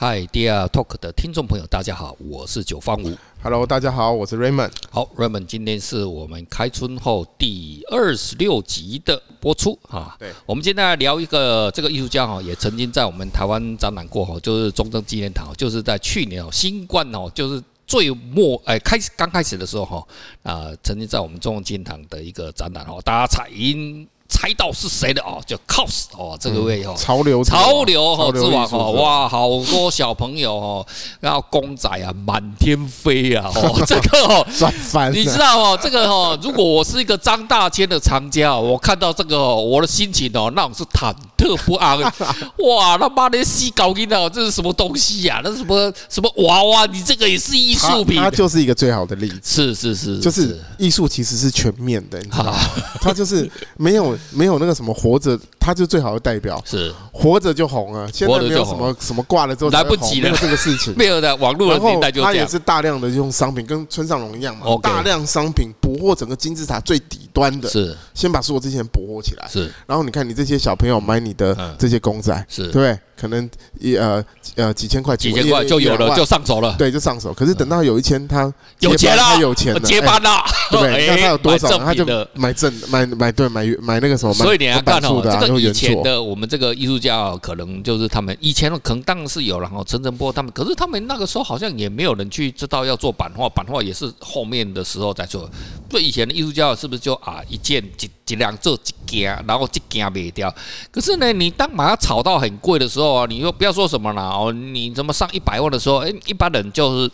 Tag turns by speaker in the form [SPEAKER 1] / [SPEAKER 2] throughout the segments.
[SPEAKER 1] 嗨，Dear Talk 的听众朋友，大家好，我是九方吴。
[SPEAKER 2] Hello，大家好，我是 Raymond。
[SPEAKER 1] 好，Raymond，今天是我们开春后第二十六集的播出啊。
[SPEAKER 2] 对，
[SPEAKER 1] 我们今天来聊一个这个艺术家哈，也曾经在我们台湾展览过哈，就是中正纪念堂，就是在去年哦，新冠哦，就是最末哎开始刚开始的时候哈啊、曾经在我们中正纪念堂的一个展览哦，大家猜已经猜到是谁的哦，就 cos 哦这个位哦，
[SPEAKER 2] 啊潮流之王，
[SPEAKER 1] 潮流哈之王
[SPEAKER 2] 艺
[SPEAKER 1] 哦，
[SPEAKER 2] 术之王，
[SPEAKER 1] 哇，好多小朋友哦，然后公仔啊满天飞啊，哦， 这个哦，
[SPEAKER 2] 赚翻了！
[SPEAKER 1] 你知道哦，这个哦，如果我是一个张大千的藏家哦，我看到这个哦，我的心情哦，那种是忐忑不安。 哇，他妈的西搞音哦，这是什么东西呀、那什么什么娃娃，你这个也是艺术品
[SPEAKER 2] 他，他就是一个最好的例子。
[SPEAKER 1] 是是是，
[SPEAKER 2] 就是艺术其实是全面的，你知道吗
[SPEAKER 1] 啊？
[SPEAKER 2] 他就是没有没有那个什么活着，他就最好的代表，
[SPEAKER 1] 是
[SPEAKER 2] 活着就红了。现在
[SPEAKER 1] 活着
[SPEAKER 2] 没
[SPEAKER 1] 就
[SPEAKER 2] 有什
[SPEAKER 1] 红
[SPEAKER 2] 么什么挂了之后才
[SPEAKER 1] 来不
[SPEAKER 2] 红
[SPEAKER 1] 及
[SPEAKER 2] 没有
[SPEAKER 1] 了
[SPEAKER 2] 这个事情。
[SPEAKER 1] 没有的，网络
[SPEAKER 2] 然
[SPEAKER 1] 的年
[SPEAKER 2] 后
[SPEAKER 1] 代就
[SPEAKER 2] 他
[SPEAKER 1] 这
[SPEAKER 2] 也
[SPEAKER 1] 样，
[SPEAKER 2] 是大量的用商品，跟村上隆一样嘛
[SPEAKER 1] OK
[SPEAKER 2] 大量商品捕获整个金字塔最底端的，
[SPEAKER 1] 是
[SPEAKER 2] 先把所有这些人捕获起来。
[SPEAKER 1] 是
[SPEAKER 2] 然后你看你这些小朋友买你
[SPEAKER 1] 嗯
[SPEAKER 2] 的这些公仔，
[SPEAKER 1] 是
[SPEAKER 2] 对，可能一呃呃几千块，
[SPEAKER 1] 几千块就有
[SPEAKER 2] 一两
[SPEAKER 1] 了，
[SPEAKER 2] 万
[SPEAKER 1] 就上手了。
[SPEAKER 2] 对就上手。可是等到有一天他
[SPEAKER 1] 有
[SPEAKER 2] 结
[SPEAKER 1] 钱
[SPEAKER 2] 班
[SPEAKER 1] 了，
[SPEAKER 2] 他有钱了，
[SPEAKER 1] 结
[SPEAKER 2] 哎
[SPEAKER 1] 班了，
[SPEAKER 2] 对不对，那
[SPEAKER 1] 哎
[SPEAKER 2] 他有多
[SPEAKER 1] 买
[SPEAKER 2] 少
[SPEAKER 1] 正
[SPEAKER 2] 他就
[SPEAKER 1] 品的
[SPEAKER 2] 买正买买对买买那个什么，
[SPEAKER 1] 所以你要看
[SPEAKER 2] 到
[SPEAKER 1] 哦，
[SPEAKER 2] 的啊，
[SPEAKER 1] 这
[SPEAKER 2] 用
[SPEAKER 1] 个以
[SPEAKER 2] 原
[SPEAKER 1] 前
[SPEAKER 2] 作，
[SPEAKER 1] 的我们这个艺术家哦，可能就是他们以前可能当然是有了哈，陈澄波他们，可是他们那个时候好像也没有人去知道要做版画，版画也是后面的时候才做。所以以前的艺术家是不是就啊一件一一两做一件，然后一件卖掉？可是呢，你当把它炒到很贵的时候啊，你又不要说什么了哦，你怎么上一百万的时候，哎，一般人就是。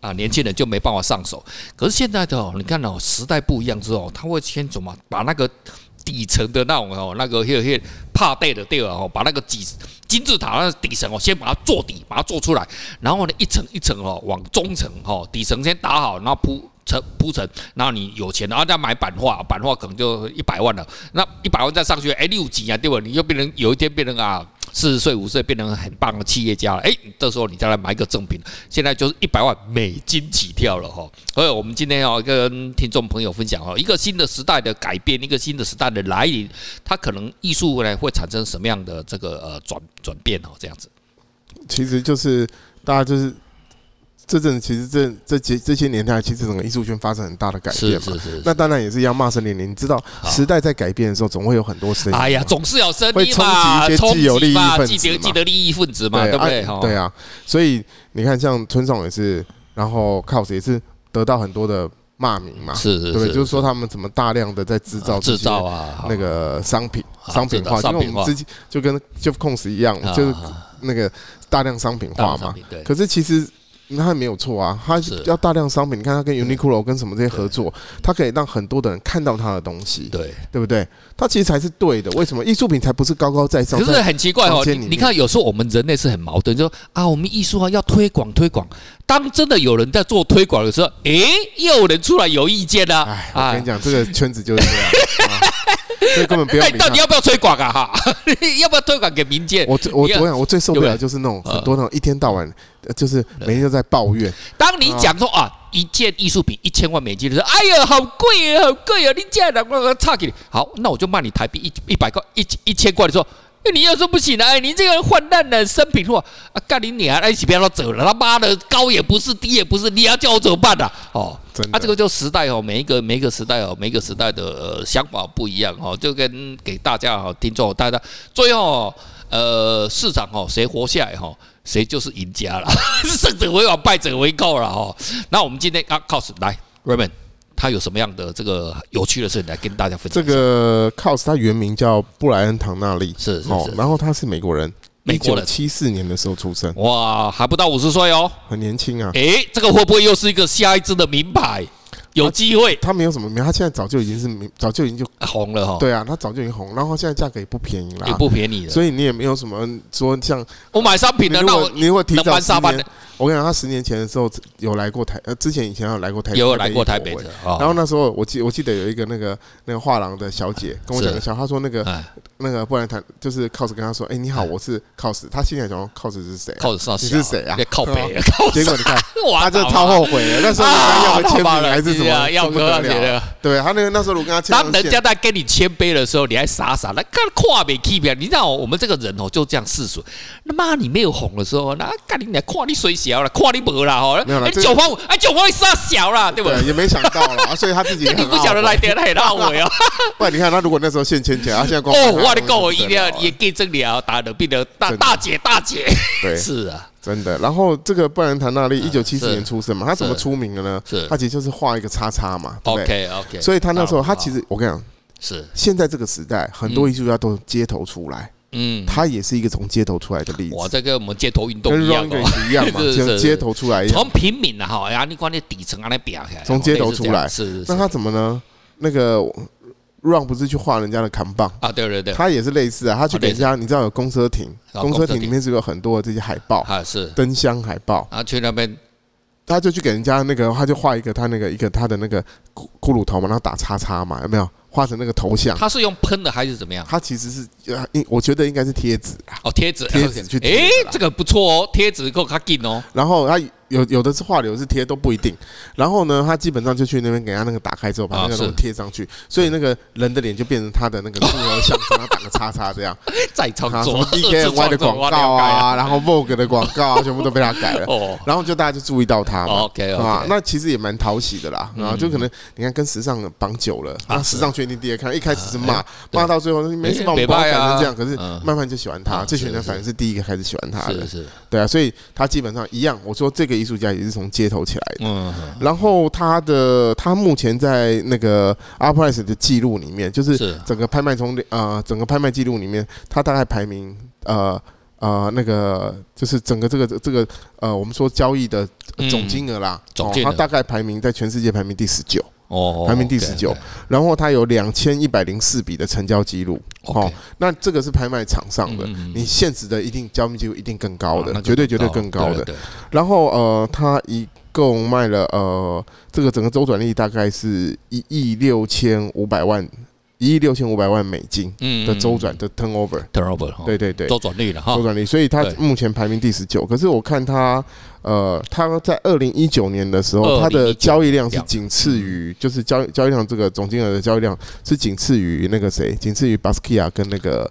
[SPEAKER 1] 啊，年轻人就没办法上手。可是现在的哦，你看哦，时代不一样之后，他会先怎么把那个底层的那种哦，那个迄迄怕带的对哦，把那个几金字塔那底层哦，先把它做底，把它做出来，然后呢一层一层哦往中层哦底层先打好，然后铺。层铺层，然后你有钱，然后再买版画，版画可能就一百万了。那一百万再上去，哎，六级啊，对吧？你就变成有一天变成啊，四十岁、五十岁变成很棒的企业家了。哎，这时候你再来买一个正品，现在就是一百万美金起跳了哈。所以我们今天要跟听众朋友分享哦，一个新的时代的改变，一个新的时代的来临，它可能艺术呢会产生什么样的这个呃转转变哦，这样子
[SPEAKER 2] 其实就是大家就是。这阵其实这这几这些年代，其实整个艺术圈发生很大的改变
[SPEAKER 1] 是
[SPEAKER 2] 嘛。
[SPEAKER 1] 是是
[SPEAKER 2] 那当然也是一样骂声连连。你知道
[SPEAKER 1] 好
[SPEAKER 2] 时代在改变的时候，总会有很多声音嘛。
[SPEAKER 1] 哎呀，总是有生
[SPEAKER 2] 会
[SPEAKER 1] 意嘛，
[SPEAKER 2] 冲击一些
[SPEAKER 1] 冲
[SPEAKER 2] 既有利益
[SPEAKER 1] 嘛，
[SPEAKER 2] 分
[SPEAKER 1] 既
[SPEAKER 2] 子
[SPEAKER 1] 得
[SPEAKER 2] 嘛
[SPEAKER 1] 既得利益分子嘛，对不对？
[SPEAKER 2] 啊
[SPEAKER 1] 哈，
[SPEAKER 2] 对啊，所以你看，像村上也是，然后 cos 也是得到很多的骂名嘛，
[SPEAKER 1] 是
[SPEAKER 2] 对
[SPEAKER 1] 是
[SPEAKER 2] 不对？
[SPEAKER 1] 是
[SPEAKER 2] 就是说他们怎么大量的在制造
[SPEAKER 1] 啊
[SPEAKER 2] 这
[SPEAKER 1] 制
[SPEAKER 2] 些
[SPEAKER 1] 造啊，
[SPEAKER 2] 那个商品
[SPEAKER 1] 啊
[SPEAKER 2] 商品化，
[SPEAKER 1] 制造
[SPEAKER 2] 就
[SPEAKER 1] 商
[SPEAKER 2] 跟我
[SPEAKER 1] 品化
[SPEAKER 2] 们之前就跟 Jeff Koons 一样
[SPEAKER 1] 啊，
[SPEAKER 2] 就是
[SPEAKER 1] 啊
[SPEAKER 2] 那个大量商品
[SPEAKER 1] 大
[SPEAKER 2] 化
[SPEAKER 1] 众商
[SPEAKER 2] 嘛。
[SPEAKER 1] 品对，
[SPEAKER 2] 可是其实他没有错啊，他
[SPEAKER 1] 是
[SPEAKER 2] 要大量商品，你看他跟 Uniqlo 跟什么这些合作，他可以让很多的人看到他的东西，
[SPEAKER 1] 对。
[SPEAKER 2] 对不对？他其实才是对的。为什么艺术品才不是高高在上？
[SPEAKER 1] 可是很奇怪哦
[SPEAKER 2] 房，间
[SPEAKER 1] 你
[SPEAKER 2] 里面
[SPEAKER 1] 你看，有时候我们人类是很矛盾，就说啊，我们艺术啊要推广推广。当真的有人在做推广的时候，诶，又有人出来有意见啦、
[SPEAKER 2] 哎，
[SPEAKER 1] 啊
[SPEAKER 2] 我跟你讲，这个圈子就是这 样，啊所以根本不用
[SPEAKER 1] 那
[SPEAKER 2] 理
[SPEAKER 1] 你哎到
[SPEAKER 2] 他
[SPEAKER 1] 底。要不要推广啊？ 哈，你要不要推广给民间？
[SPEAKER 2] 我最我
[SPEAKER 1] 你要
[SPEAKER 2] 我想我最受不
[SPEAKER 1] 有没有嗯
[SPEAKER 2] 了就是那种
[SPEAKER 1] 呃
[SPEAKER 2] 很多那种一天到晚呃就是每天都在抱怨，
[SPEAKER 1] 当你讲说啊，一件艺术品一千万美金的时候，哎呀，好贵啊，好贵啊！你这样的我差给你，好，那我就卖你台币一一百块，一一千块的时候。哎你要说不行啊！哎，你这个人患难的生平货啊，干你娘！哎，起不要走了，他妈的高也不是，低也不是，你要叫我怎么办呢、哦，
[SPEAKER 2] 真的
[SPEAKER 1] 啊，这个就时代哦，每一个每一个时代哦，每一个时代的、呃想法不一样哦，就跟给大家哦，听众大家最后哦、呃市场哦，谁活下来哈、哦，谁就是赢家了， 胜者为王，败者为寇了哦。那我们今天啊，cos 来 Raymond，他有什么样的这个有趣的事情来跟大家分享
[SPEAKER 2] 这
[SPEAKER 1] 一下？
[SPEAKER 2] 个 cos 他原名叫布莱恩·唐纳利，
[SPEAKER 1] 是是
[SPEAKER 2] 哦
[SPEAKER 1] 是，
[SPEAKER 2] 然后他是美国人，
[SPEAKER 1] 美国人
[SPEAKER 2] 七四年的时候出生，
[SPEAKER 1] 哇，还不到五十岁哦，
[SPEAKER 2] 很年轻啊。
[SPEAKER 1] 诶，这个会不会又是一个下一支的名牌？有机会
[SPEAKER 2] 他没有什么名，他现在早就已经是名，早就已经就
[SPEAKER 1] 红了哈、哦，
[SPEAKER 2] 对啊，他早就已经红，然后现在价格也不便宜
[SPEAKER 1] 也
[SPEAKER 2] 啦，
[SPEAKER 1] 不便宜啊的。
[SPEAKER 2] 所以你也没有什么说像
[SPEAKER 1] 我买商品
[SPEAKER 2] 你
[SPEAKER 1] 的，
[SPEAKER 2] 如
[SPEAKER 1] 那
[SPEAKER 2] 果
[SPEAKER 1] 我
[SPEAKER 2] 你如果提
[SPEAKER 1] 能
[SPEAKER 2] 早
[SPEAKER 1] 搬
[SPEAKER 2] 十
[SPEAKER 1] 沙发的
[SPEAKER 2] 年，我跟你讲，他十年前的时候有来过台，呃，之前以前有来过台，
[SPEAKER 1] 也有来过台
[SPEAKER 2] 北
[SPEAKER 1] 北
[SPEAKER 2] 艺博
[SPEAKER 1] 的
[SPEAKER 2] 会。
[SPEAKER 1] 啊。
[SPEAKER 2] 然后那时候我记我记得有一个那个那个画廊的小姐跟我讲
[SPEAKER 1] 啊是
[SPEAKER 2] 一下，她说那个
[SPEAKER 1] 哎，
[SPEAKER 2] 那个不然她就是 cos 跟她
[SPEAKER 1] 嗯哦
[SPEAKER 2] 说，哎你好，我是 cos，她心里想说 cos 是谁啊？
[SPEAKER 1] 靠着上
[SPEAKER 2] 你是谁啊
[SPEAKER 1] 靠北，
[SPEAKER 2] 结果你看
[SPEAKER 1] 哇，
[SPEAKER 2] 他真的超后悔的。那时候他要个签名还是什
[SPEAKER 1] 啊
[SPEAKER 2] 么，
[SPEAKER 1] 要
[SPEAKER 2] 不
[SPEAKER 1] 哥
[SPEAKER 2] 得
[SPEAKER 1] 写
[SPEAKER 2] 了。
[SPEAKER 1] 的。
[SPEAKER 2] 对他那个那时候如果跟他签
[SPEAKER 1] 当
[SPEAKER 2] 上
[SPEAKER 1] 人
[SPEAKER 2] 线
[SPEAKER 1] 家在跟你谦卑的时候，你还傻傻的看跨美 K 表，你知道我们这个人哦就这样世俗。那妈你没有红的时候，那干你娘跨你水小了，跨你没啦哦，
[SPEAKER 2] 没有啦
[SPEAKER 1] 哎
[SPEAKER 2] 这个
[SPEAKER 1] 九方五哎九方会杀小啦，对不
[SPEAKER 2] 对，
[SPEAKER 1] 对？
[SPEAKER 2] 也没想到了，啊所以他自己也
[SPEAKER 1] 那 你
[SPEAKER 2] 很啊
[SPEAKER 1] 不晓得
[SPEAKER 2] 懊
[SPEAKER 1] 来
[SPEAKER 2] 悔。
[SPEAKER 1] 点太闹我 呀！
[SPEAKER 2] 不然你看他如果那时候现签起来，他现在光
[SPEAKER 1] 哦，
[SPEAKER 2] 看
[SPEAKER 1] 我
[SPEAKER 2] 他
[SPEAKER 1] 的够我
[SPEAKER 2] 就
[SPEAKER 1] 一
[SPEAKER 2] 不
[SPEAKER 1] 定
[SPEAKER 2] 得
[SPEAKER 1] 要
[SPEAKER 2] 了了
[SPEAKER 1] 也给真了，打得病的大
[SPEAKER 2] 啊真的
[SPEAKER 1] 大姐大姐
[SPEAKER 2] 对，
[SPEAKER 1] 是啊，
[SPEAKER 2] 真的。然后这个布兰唐纳利一九七四
[SPEAKER 1] 嗯是
[SPEAKER 2] 年出生嘛，他怎么
[SPEAKER 1] 是
[SPEAKER 2] 出名的呢
[SPEAKER 1] 是？
[SPEAKER 2] 他其实就是画一个叉叉嘛，对不对？
[SPEAKER 1] OK OK，
[SPEAKER 2] 所以他那时候他其
[SPEAKER 1] 实
[SPEAKER 2] 实我跟你讲，
[SPEAKER 1] 是
[SPEAKER 2] 现在这个时代很多艺术家都是街头出来，
[SPEAKER 1] 嗯，
[SPEAKER 2] 他也是一个从街头出来的例子，
[SPEAKER 1] 我这跟我们街头运动
[SPEAKER 2] 跟
[SPEAKER 1] 一样
[SPEAKER 2] Ron
[SPEAKER 1] 哦
[SPEAKER 2] Gans 一样嘛，
[SPEAKER 1] 是是
[SPEAKER 2] 就是街头出来一样。
[SPEAKER 1] 从平民啊哈，然后你管你底层啊那表起来，
[SPEAKER 2] 哎
[SPEAKER 1] 哦
[SPEAKER 2] 从街头出来
[SPEAKER 1] 类似这样是是
[SPEAKER 2] 那
[SPEAKER 1] 是
[SPEAKER 2] 他怎么呢？那个 Ron 不是去画人家的扛棒，
[SPEAKER 1] 啊，对对对，
[SPEAKER 2] 他也是类似啊，他去给人家，你知道有公车亭，
[SPEAKER 1] 哦
[SPEAKER 2] 公车
[SPEAKER 1] 公车
[SPEAKER 2] 亭
[SPEAKER 1] 亭
[SPEAKER 2] 里面是不是有很多的这些海报、
[SPEAKER 1] 啊是，
[SPEAKER 2] 灯箱海报，
[SPEAKER 1] 然后去那边
[SPEAKER 2] 他就去给人家那个，他就画一个他那个一个他的那个骷骷髅头嘛，然后打叉叉嘛，有没有？画成那个头像。
[SPEAKER 1] 他是用喷的还是怎么样？
[SPEAKER 2] 他其实是，呃应我觉得应该是贴纸，
[SPEAKER 1] 哦，贴纸，
[SPEAKER 2] 贴纸去贴
[SPEAKER 1] 哎
[SPEAKER 2] 的啦，
[SPEAKER 1] 这个不错哦，贴纸够卡劲 哦，
[SPEAKER 2] 然后他有有的是画流是贴都不一定，然后呢，他基本上就去那边给他那个打开之后，把
[SPEAKER 1] 啊
[SPEAKER 2] 那个东西
[SPEAKER 1] 是
[SPEAKER 2] 贴上去，所以那个人的脸就变成他的那个骷髅像，然后打个叉叉这样，
[SPEAKER 1] 再创
[SPEAKER 2] 啊，什
[SPEAKER 1] 作
[SPEAKER 2] 么 D
[SPEAKER 1] 二
[SPEAKER 2] K N
[SPEAKER 1] 次
[SPEAKER 2] Y
[SPEAKER 1] 创
[SPEAKER 2] 的
[SPEAKER 1] 作
[SPEAKER 2] 广
[SPEAKER 1] 我
[SPEAKER 2] 告
[SPEAKER 1] 了解
[SPEAKER 2] 啊，然后 Vogue 的广告啊，全部都被他改了，
[SPEAKER 1] 哦
[SPEAKER 2] 然后就大家就注意到他嘛。
[SPEAKER 1] ，OK
[SPEAKER 2] 啊，
[SPEAKER 1] OK，嗯
[SPEAKER 2] 那其实也蛮讨喜的啦，啊，就可能你看跟时尚绑久了，
[SPEAKER 1] 啊
[SPEAKER 2] 那时尚圈一定第一看，一开始是骂
[SPEAKER 1] 啊，对
[SPEAKER 2] 骂到最后没什么，我
[SPEAKER 1] 哎
[SPEAKER 2] 们把他
[SPEAKER 1] 北
[SPEAKER 2] 改
[SPEAKER 1] 派啊
[SPEAKER 2] 成这样，可是
[SPEAKER 1] 嗯
[SPEAKER 2] 慢慢就喜欢他，
[SPEAKER 1] 啊
[SPEAKER 2] 这群人
[SPEAKER 1] 是
[SPEAKER 2] 反而是第一个开始喜欢他的
[SPEAKER 1] 是，是，
[SPEAKER 2] 对啊，所以他基本上一样，我说这个艺术家也是从街头起来的。
[SPEAKER 1] 嗯，
[SPEAKER 2] 然后他的他目前在那个 R Price 的记录里面，就是
[SPEAKER 1] 是
[SPEAKER 2] 整个拍卖从呃整个拍卖记录里面，他大概排名呃呃那个就是整个这个这个呃我们说交易的
[SPEAKER 1] 嗯
[SPEAKER 2] 总金额啦，哦
[SPEAKER 1] 总金额
[SPEAKER 2] 他大概排名在全世界排名第十九，
[SPEAKER 1] 哦，
[SPEAKER 2] 排名第十九，然后他有两千一百零四笔的成交记录，哦
[SPEAKER 1] ，OK，
[SPEAKER 2] 那这个是拍卖场上的
[SPEAKER 1] 嗯嗯嗯，
[SPEAKER 2] 你现实的一定交易记录一定更高
[SPEAKER 1] 啊
[SPEAKER 2] 的
[SPEAKER 1] 那，
[SPEAKER 2] 绝对绝
[SPEAKER 1] 就
[SPEAKER 2] 对
[SPEAKER 1] 更
[SPEAKER 2] 更高的
[SPEAKER 1] 哦对。对
[SPEAKER 2] 然后呃，他一共卖了呃，这个整个周转率大概是一亿六千五百万，一亿六千五百万美金
[SPEAKER 1] 嗯
[SPEAKER 2] 的周转的 turnover，、
[SPEAKER 1] turnover 哈，
[SPEAKER 2] 对对对，
[SPEAKER 1] 周转率了哈
[SPEAKER 2] 哦周，转啊率，所以他
[SPEAKER 1] 对
[SPEAKER 2] 目前排名第十九。可是我看他呃，他在二零一九年的时候，
[SPEAKER 1] 2019
[SPEAKER 2] 他的交易量是仅次于，就是交交易量这个总金额的交易量是仅次于那个谁，仅次于 Basquiat 跟那个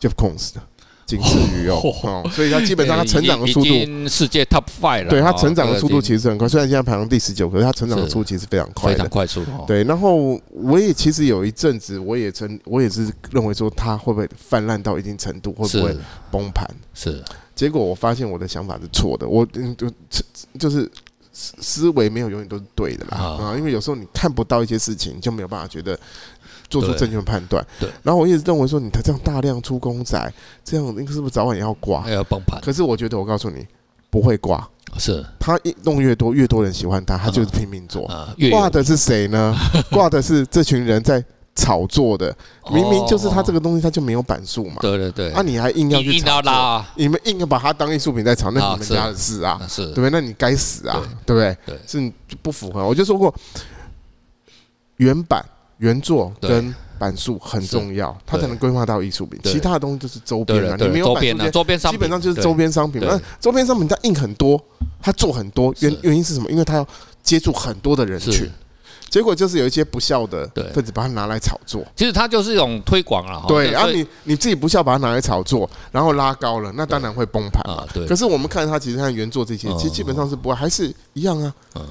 [SPEAKER 2] Jeff Koons 的，仅次于哦哦，所以他基
[SPEAKER 1] 基
[SPEAKER 2] 本上他成长的速度。
[SPEAKER 1] 世界 top five 了，
[SPEAKER 2] 对它
[SPEAKER 1] 哦
[SPEAKER 2] 成长的速
[SPEAKER 1] 这
[SPEAKER 2] 度
[SPEAKER 1] 个已
[SPEAKER 2] 其实很快，虽然现在排行第十九，可是它成长的速度其实非常
[SPEAKER 1] 经
[SPEAKER 2] 快
[SPEAKER 1] 非常
[SPEAKER 2] 的。
[SPEAKER 1] 快速哦，
[SPEAKER 2] 对，然后我也其实有一阵子，我也曾我也是认为说它会不会泛滥到一定程度，会不会
[SPEAKER 1] 是
[SPEAKER 2] 崩盘？
[SPEAKER 1] 是
[SPEAKER 2] 结果我发现我的想法是错的，我嗯就就是思思维没有永远都是对的啦
[SPEAKER 1] 啊
[SPEAKER 2] 啊，因为有时候你看不到一些事情，你就没有办法觉得做出
[SPEAKER 1] 对
[SPEAKER 2] 正确的判断。
[SPEAKER 1] 对
[SPEAKER 2] 然后我一直认为说，你这样大量出公仔，这样是不是早晚要挂
[SPEAKER 1] 还？啊要崩盘，
[SPEAKER 2] 可是我觉得，我告诉你，不会挂。
[SPEAKER 1] 是
[SPEAKER 2] 他一弄越多，越多人喜欢他，他就是拼命做。
[SPEAKER 1] 啊，越
[SPEAKER 2] 挂的是 谁呢？挂的是这群人在炒作的，明明就是他这
[SPEAKER 1] 个，
[SPEAKER 2] 个东西，他就没有版数嘛。
[SPEAKER 1] 哦对对对，
[SPEAKER 2] 啊，你还硬要
[SPEAKER 1] 硬
[SPEAKER 2] 去
[SPEAKER 1] 硬要
[SPEAKER 2] 炒
[SPEAKER 1] 拉
[SPEAKER 2] 作，
[SPEAKER 1] 啊
[SPEAKER 2] 你们硬要把它当艺术品在炒，那
[SPEAKER 1] 啊
[SPEAKER 2] 你们家的事啊，
[SPEAKER 1] 啊是
[SPEAKER 2] 对不对？那你该死啊，对不对
[SPEAKER 1] 对？
[SPEAKER 2] 是你不符合。我就说过，原版原作
[SPEAKER 1] 对
[SPEAKER 2] 跟版数很重要，它才能规划到艺术品。
[SPEAKER 1] 对
[SPEAKER 2] 其他的东西就是周
[SPEAKER 1] 对
[SPEAKER 2] 边啊，
[SPEAKER 1] 了对
[SPEAKER 2] 你没
[SPEAKER 1] 了，
[SPEAKER 2] 有
[SPEAKER 1] 周
[SPEAKER 2] 版
[SPEAKER 1] 边
[SPEAKER 2] 数
[SPEAKER 1] 啊，，周边商
[SPEAKER 2] 基
[SPEAKER 1] 品
[SPEAKER 2] 本上就是周边商品。
[SPEAKER 1] 对
[SPEAKER 2] 那周边商品它印很多，它做很多，原
[SPEAKER 1] 是
[SPEAKER 2] 原因是什么？因为它要接触很多的人群
[SPEAKER 1] 是。
[SPEAKER 2] 结果就是有一些不孝的
[SPEAKER 1] 对哦
[SPEAKER 2] 分子把它拿来炒作，
[SPEAKER 1] 其实它就是一种推广了哈，
[SPEAKER 2] 对，啊
[SPEAKER 1] 就
[SPEAKER 2] 然后
[SPEAKER 1] 是
[SPEAKER 2] 你你自己不孝把它拿来炒作，然后拉高了，那当然会崩盘嘛。
[SPEAKER 1] 啊对
[SPEAKER 2] 可，是我们看它，其实看原作这些，
[SPEAKER 1] 嗯
[SPEAKER 2] 其实基本上是不会，还是一样啊
[SPEAKER 1] 嗯，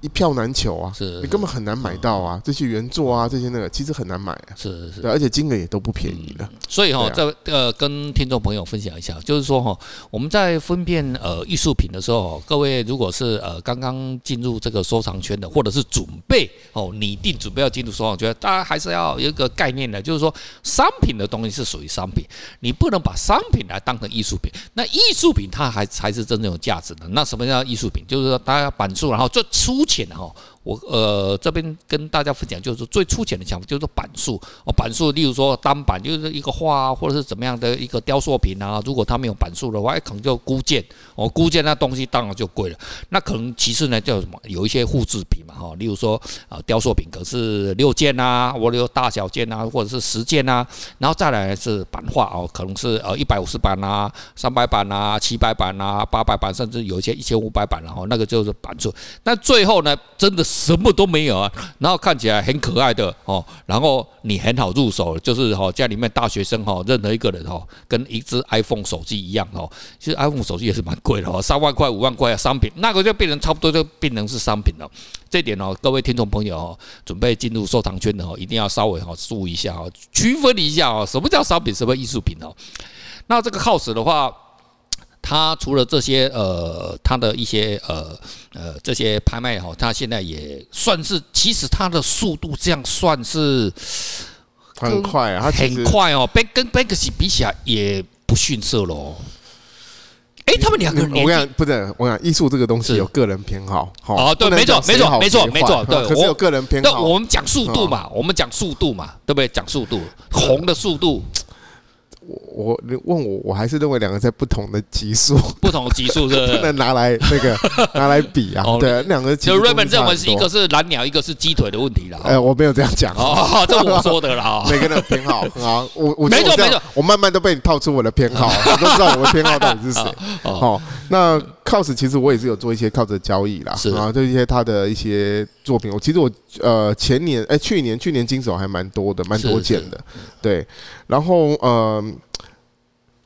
[SPEAKER 2] 一票难求啊，
[SPEAKER 1] 是
[SPEAKER 2] 你根本很难买到啊，这些原作啊，这些那个其实很难买啊，
[SPEAKER 1] 是是嗯
[SPEAKER 2] 对，而且金额也都不便宜的，
[SPEAKER 1] 所以哈、
[SPEAKER 2] 对
[SPEAKER 1] 这呃跟听众朋友分享一下，就是说哈、我们在分辨呃艺术品的时候，各位如果是呃刚刚进入这个收藏圈的，或者是准备哦拟定准备要进入收藏圈，大家还是要有一个概念的，就是说商品的东西是属于商品，你不能把商品来当成艺术品。那艺术品它还才是真正有价值的。那什么叫艺术品？就是说大家板数，然后最粗浅的哈、我呃这边跟大家分享，就是最粗浅的想法，就是板数哦，板数，例如说单板就是一个画啊，或者是怎么样的一个雕塑品啊，如果它没有板数的话，哎可能就估件哦，估件那东西当然就贵了。那可能其次呢，叫什么？有一些复制品嘛，哈、例如说啊、雕塑品可能是六件啊，我有大小件啊，或者是十件啊，然后再来是版画哦，可能是呃一百五十版啊、三百版啊、七百版啊、八百版，甚至有一些一千五百版然后那个就是版数。那最后呢，真的什么都没有啊，然后看起来很可爱的哦，然后你很好入手，就是哈、哦、家里面大学生哈、哦，任何一个人哈、哦，跟一只 iPhone 手机一样哦，其实 iPhone 手机也是蛮贵的哦，三万块、五万块啊，商品，那个就变成差不多就变成是商品了。这点哦，各位听众朋友哦，准备进入收藏圈的哦，一定要稍微哦注意一下哦，区分一下哦，什么叫商品，什么艺术品哦。那这个 house 的话，它除了这些呃，它的一些呃呃这些拍卖哈、哦，它现在也算是，其实它的速度这样算是
[SPEAKER 2] 很快啊，它其
[SPEAKER 1] 很
[SPEAKER 2] 实
[SPEAKER 1] 快哦，跟跟 Banksy 比起来也不逊色喽。哎，他们两个人
[SPEAKER 2] 我跟
[SPEAKER 1] 年
[SPEAKER 2] 你
[SPEAKER 1] 纪
[SPEAKER 2] 讲，不是我跟你讲，艺术这个东西
[SPEAKER 1] 是
[SPEAKER 2] 有个人偏好，好
[SPEAKER 1] 哦对
[SPEAKER 2] 不能讲
[SPEAKER 1] 没错
[SPEAKER 2] 谁好
[SPEAKER 1] 没错
[SPEAKER 2] 谁坏
[SPEAKER 1] 没错对
[SPEAKER 2] 哈可是
[SPEAKER 1] 我
[SPEAKER 2] 有个人偏
[SPEAKER 1] 那
[SPEAKER 2] 好。
[SPEAKER 1] 我们讲速度
[SPEAKER 2] 啊
[SPEAKER 1] 嘛，我们讲速度嘛，对不对？讲速度，红的速 度，
[SPEAKER 2] 我你问我，我还是认为两个在不同的级 数，
[SPEAKER 1] 不同级数是不
[SPEAKER 2] 不
[SPEAKER 1] 是？
[SPEAKER 2] 能拿来那个拿来比啊
[SPEAKER 1] 哦。
[SPEAKER 2] 对，那两个级
[SPEAKER 1] 就
[SPEAKER 2] 数
[SPEAKER 1] Raymond 认为
[SPEAKER 2] 差
[SPEAKER 1] 是
[SPEAKER 2] 很
[SPEAKER 1] 一
[SPEAKER 2] 多
[SPEAKER 1] 个是蓝鸟，一个是鸡腿的问题啦。
[SPEAKER 2] 哎，我没有这样讲。
[SPEAKER 1] 哦，这我说的 啦。
[SPEAKER 2] 每个人有偏好，很好，我我觉
[SPEAKER 1] 没
[SPEAKER 2] 得
[SPEAKER 1] 错
[SPEAKER 2] 我这样
[SPEAKER 1] 没错，
[SPEAKER 2] 我慢慢都被你套出我的偏 好，我都知道我的偏好到底是谁。好，那 cos 其实我也是有做一些 cos 的交易啦
[SPEAKER 1] 是，
[SPEAKER 2] 啊，就一些他的一些作品，我其实我呃前年哎去年去年金手还蛮多的，蛮多
[SPEAKER 1] 是
[SPEAKER 2] 件的，对，然后呃。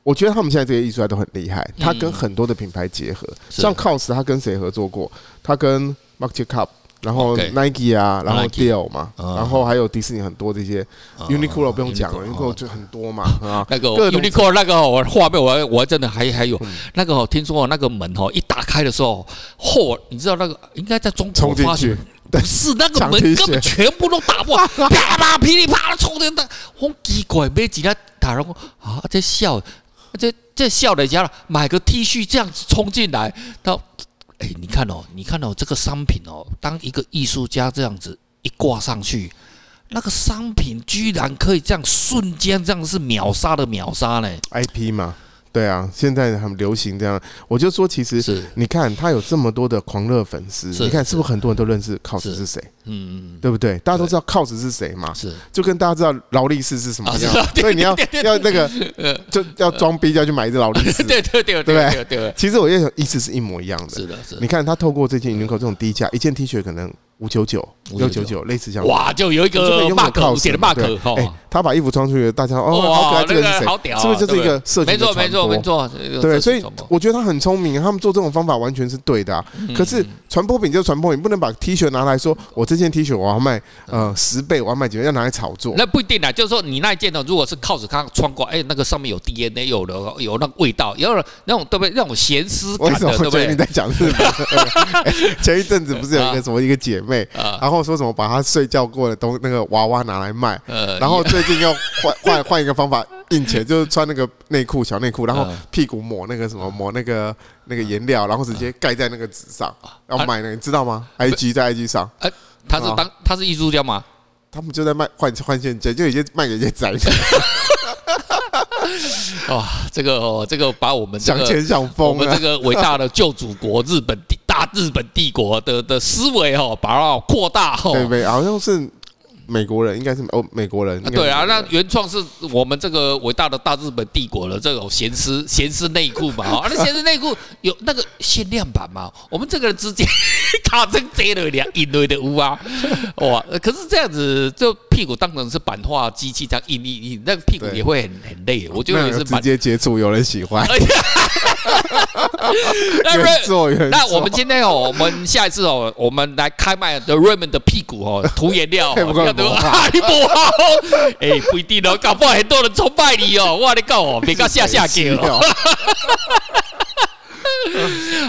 [SPEAKER 2] 我觉得他们现在这些艺术家都很厉害，他跟
[SPEAKER 1] 嗯
[SPEAKER 2] 很多的品牌结合，
[SPEAKER 1] 是
[SPEAKER 2] 像 COS 他跟谁合作过？他跟 Marc Jacob，然后
[SPEAKER 1] OK
[SPEAKER 2] Nike 啊，然后
[SPEAKER 1] Nike
[SPEAKER 2] Dior 嘛，
[SPEAKER 1] 啊
[SPEAKER 2] 然后还有迪士尼很多这些
[SPEAKER 1] 哦
[SPEAKER 2] Uniqlo 不用讲了
[SPEAKER 1] Uniqlo，
[SPEAKER 2] ，Uniqlo
[SPEAKER 1] 哦。
[SPEAKER 2] 就很多嘛 啊
[SPEAKER 1] 那个
[SPEAKER 2] 各种嗯
[SPEAKER 1] Uniqlo 那个哦我画面我还我还真的还还有那个哦，听说哦那个门哦一打开的时候，嚯，你知道那个应该在中国
[SPEAKER 2] 冲进
[SPEAKER 1] 发
[SPEAKER 2] 去
[SPEAKER 1] 现，不是那个
[SPEAKER 2] 抢
[SPEAKER 1] 门
[SPEAKER 2] 梯
[SPEAKER 1] 根本
[SPEAKER 2] 鞋
[SPEAKER 1] 全部都打破，啪啦噼里啪啦冲的那，好奇怪，没几下打人啊，这笑，这这笑人家了，买个 T 恤这样子冲进来，到哎，你看哦，你看哦，这个商品哦，当一个艺术家这样子一挂上去，那个商品居然可以这样瞬间这样是秒杀的秒杀呢，
[SPEAKER 2] IP 嘛，对啊，现在很流行这样。我就说，其实
[SPEAKER 1] 是，
[SPEAKER 2] 你看他有这么多的狂热粉丝，
[SPEAKER 1] 是
[SPEAKER 2] 你看是不是很多人都认识 COS
[SPEAKER 1] 是
[SPEAKER 2] 是谁，
[SPEAKER 1] 嗯，
[SPEAKER 2] 对不对？大家都知道 COS 是谁嘛，
[SPEAKER 1] 是
[SPEAKER 2] 就跟大家知道劳力士是什么
[SPEAKER 1] 啊
[SPEAKER 2] 样
[SPEAKER 1] 是啊，对
[SPEAKER 2] 所以你要
[SPEAKER 1] 对对对呃
[SPEAKER 2] 要那个就要装逼，就要去买一只劳力士。
[SPEAKER 1] 对对对对对对，
[SPEAKER 2] 其实我也想意思是一模一样的。
[SPEAKER 1] 是的，是
[SPEAKER 2] 你
[SPEAKER 1] 的，
[SPEAKER 2] 看他透过这件 Uniqlo 这种低价，一件 T 恤可能五九九、六九九，
[SPEAKER 1] 599
[SPEAKER 2] 类似这样。
[SPEAKER 1] 哇，就有一
[SPEAKER 2] 你就可
[SPEAKER 1] 个
[SPEAKER 2] 以用
[SPEAKER 1] mark
[SPEAKER 2] 靠
[SPEAKER 1] 写的
[SPEAKER 2] 嘛
[SPEAKER 1] mark
[SPEAKER 2] 对哎
[SPEAKER 1] 哈。，
[SPEAKER 2] 他把衣服穿出去，大家哦，
[SPEAKER 1] 哇
[SPEAKER 2] 好可爱，这
[SPEAKER 1] 那
[SPEAKER 2] 个
[SPEAKER 1] 个
[SPEAKER 2] 是谁？
[SPEAKER 1] 好屌啊
[SPEAKER 2] 是不是就是一个社群
[SPEAKER 1] 没
[SPEAKER 2] 的
[SPEAKER 1] 错，
[SPEAKER 2] 传播
[SPEAKER 1] 没错，没。错，这个
[SPEAKER 2] 对，
[SPEAKER 1] 是
[SPEAKER 2] 所以
[SPEAKER 1] 什么嗯
[SPEAKER 2] 我觉得他很聪明，他们做这种方法完全是对的啊。可是传播品就是传播品，不能把 T 恤拿来说，我这件 T 恤我要卖呃十倍，我要卖几倍，要拿来炒作。
[SPEAKER 1] 嗯那不一定啦，就是说你那一件呢，哦如果是靠着它穿过，哎，那个上面有 DNA，有的有那个味道，有那种对不对？那种咸湿
[SPEAKER 2] 为
[SPEAKER 1] 感
[SPEAKER 2] 什么
[SPEAKER 1] 的，对不
[SPEAKER 2] 最近
[SPEAKER 1] 对？
[SPEAKER 2] 在讲日 本？哎前一阵子不是有一个什么一个姐妹，
[SPEAKER 1] 啊，
[SPEAKER 2] 然后说什么把她睡觉过的东那个娃娃拿来卖，
[SPEAKER 1] 呃
[SPEAKER 2] 然后 最近又换换换一个方法印钱，就是穿那个内裤小内裤，然后
[SPEAKER 1] 嗯
[SPEAKER 2] 屁股抹那个什
[SPEAKER 1] 啊
[SPEAKER 2] 么抹那个那个颜料，然后直接盖在那个纸上，
[SPEAKER 1] 啊
[SPEAKER 2] 要卖那个，你知道吗？IG 在 IG 上，
[SPEAKER 1] 呃他是当他是艺术家嘛？
[SPEAKER 2] 他们就在卖换换现金，就有些卖给一些 宅男，
[SPEAKER 1] 哇，这个哦这个把我们这
[SPEAKER 2] 想啊
[SPEAKER 1] 个
[SPEAKER 2] 钱想
[SPEAKER 1] 我
[SPEAKER 2] 疯
[SPEAKER 1] 们
[SPEAKER 2] 了
[SPEAKER 1] 这。个伟大的旧祖国日本帝大日本帝国的的思维哦，把它扩大 哦。
[SPEAKER 2] 对对，好像是美国人，应该是哦美国人。应该是
[SPEAKER 1] 对啊，
[SPEAKER 2] 美国
[SPEAKER 1] 那
[SPEAKER 2] 人
[SPEAKER 1] 原创是我们这个伟大的大日本帝国的这种咸湿咸湿内裤嘛，哦啊，那咸湿内裤有那个限量版嘛？我们这个人直接 卡成这了两一堆的屋啊，哇！可是这样子就屁股当成是版画机器这样印印印，那个屁股
[SPEAKER 2] 对
[SPEAKER 1] 也会很很累，我觉
[SPEAKER 2] 那
[SPEAKER 1] 得
[SPEAKER 2] 有
[SPEAKER 1] 也是
[SPEAKER 2] 直
[SPEAKER 1] 蛮。哎
[SPEAKER 2] 接接触，有人喜欢，
[SPEAKER 1] 那
[SPEAKER 2] 有人
[SPEAKER 1] Ray-
[SPEAKER 2] 做有人
[SPEAKER 1] 那
[SPEAKER 2] 做
[SPEAKER 1] 我们今天哦，我们下一次哦，我们来开卖的 Raymond 的屁股哦，涂颜料、哦，
[SPEAKER 2] 配不够
[SPEAKER 1] 要涂
[SPEAKER 2] 抹好
[SPEAKER 1] 还不好， 哎，不一定哦，搞不好很多人崇拜你哦，哇，你告 我，别搞下下给哦。
[SPEAKER 2] 哦。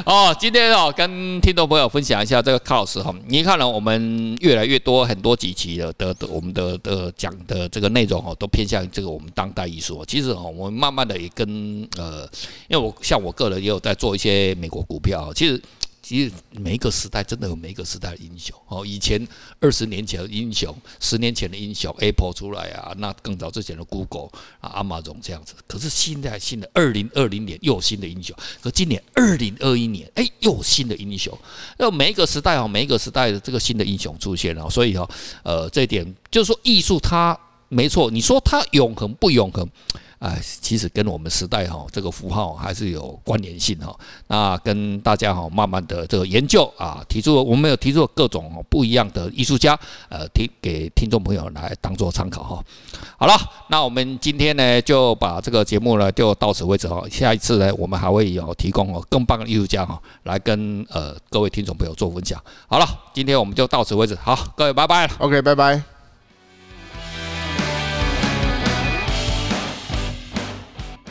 [SPEAKER 1] 哦，今天哦，跟听众朋友分享一下这个 cos 哈、你看了我们越来越多很多几期的的的我们的的讲的这个内容哦，都偏向于这个我们当代艺术哦。其实哦，我们慢慢的也跟呃，因为我像我个人也有在做一些美国股票哦，其实。其实每一个时代真的有每一个时代的英雄哦。以前二十年前的英雄，十年前的英雄，Apple 出来啊，那更早之前的 Google 啊，Amazon 这样子。可是现在新的二零二零年又有新的英雄，可今年二零二一年，哎，又有新的英雄。那每一个时代哦，每一个时代的这个新的英雄出现哦，所以哦，呃，这一点就是说艺术它没错，你说它永恒不永恒？哎，其实跟我们时代哈这个符号还是有关联性哈。那跟大家哈慢慢的这个研究啊，提出我们有提出各种哦不一样的艺术家，呃，提给听众朋友来当做参考哦哈。好了，那我们今天呢就把这个节目呢就到此为止哈。下一次呢我们还会有提供哦更棒的艺术家哈来跟呃各位听众朋友做分享。好了，今天我们就到此为止，好，各位拜拜了。
[SPEAKER 2] OK，拜拜。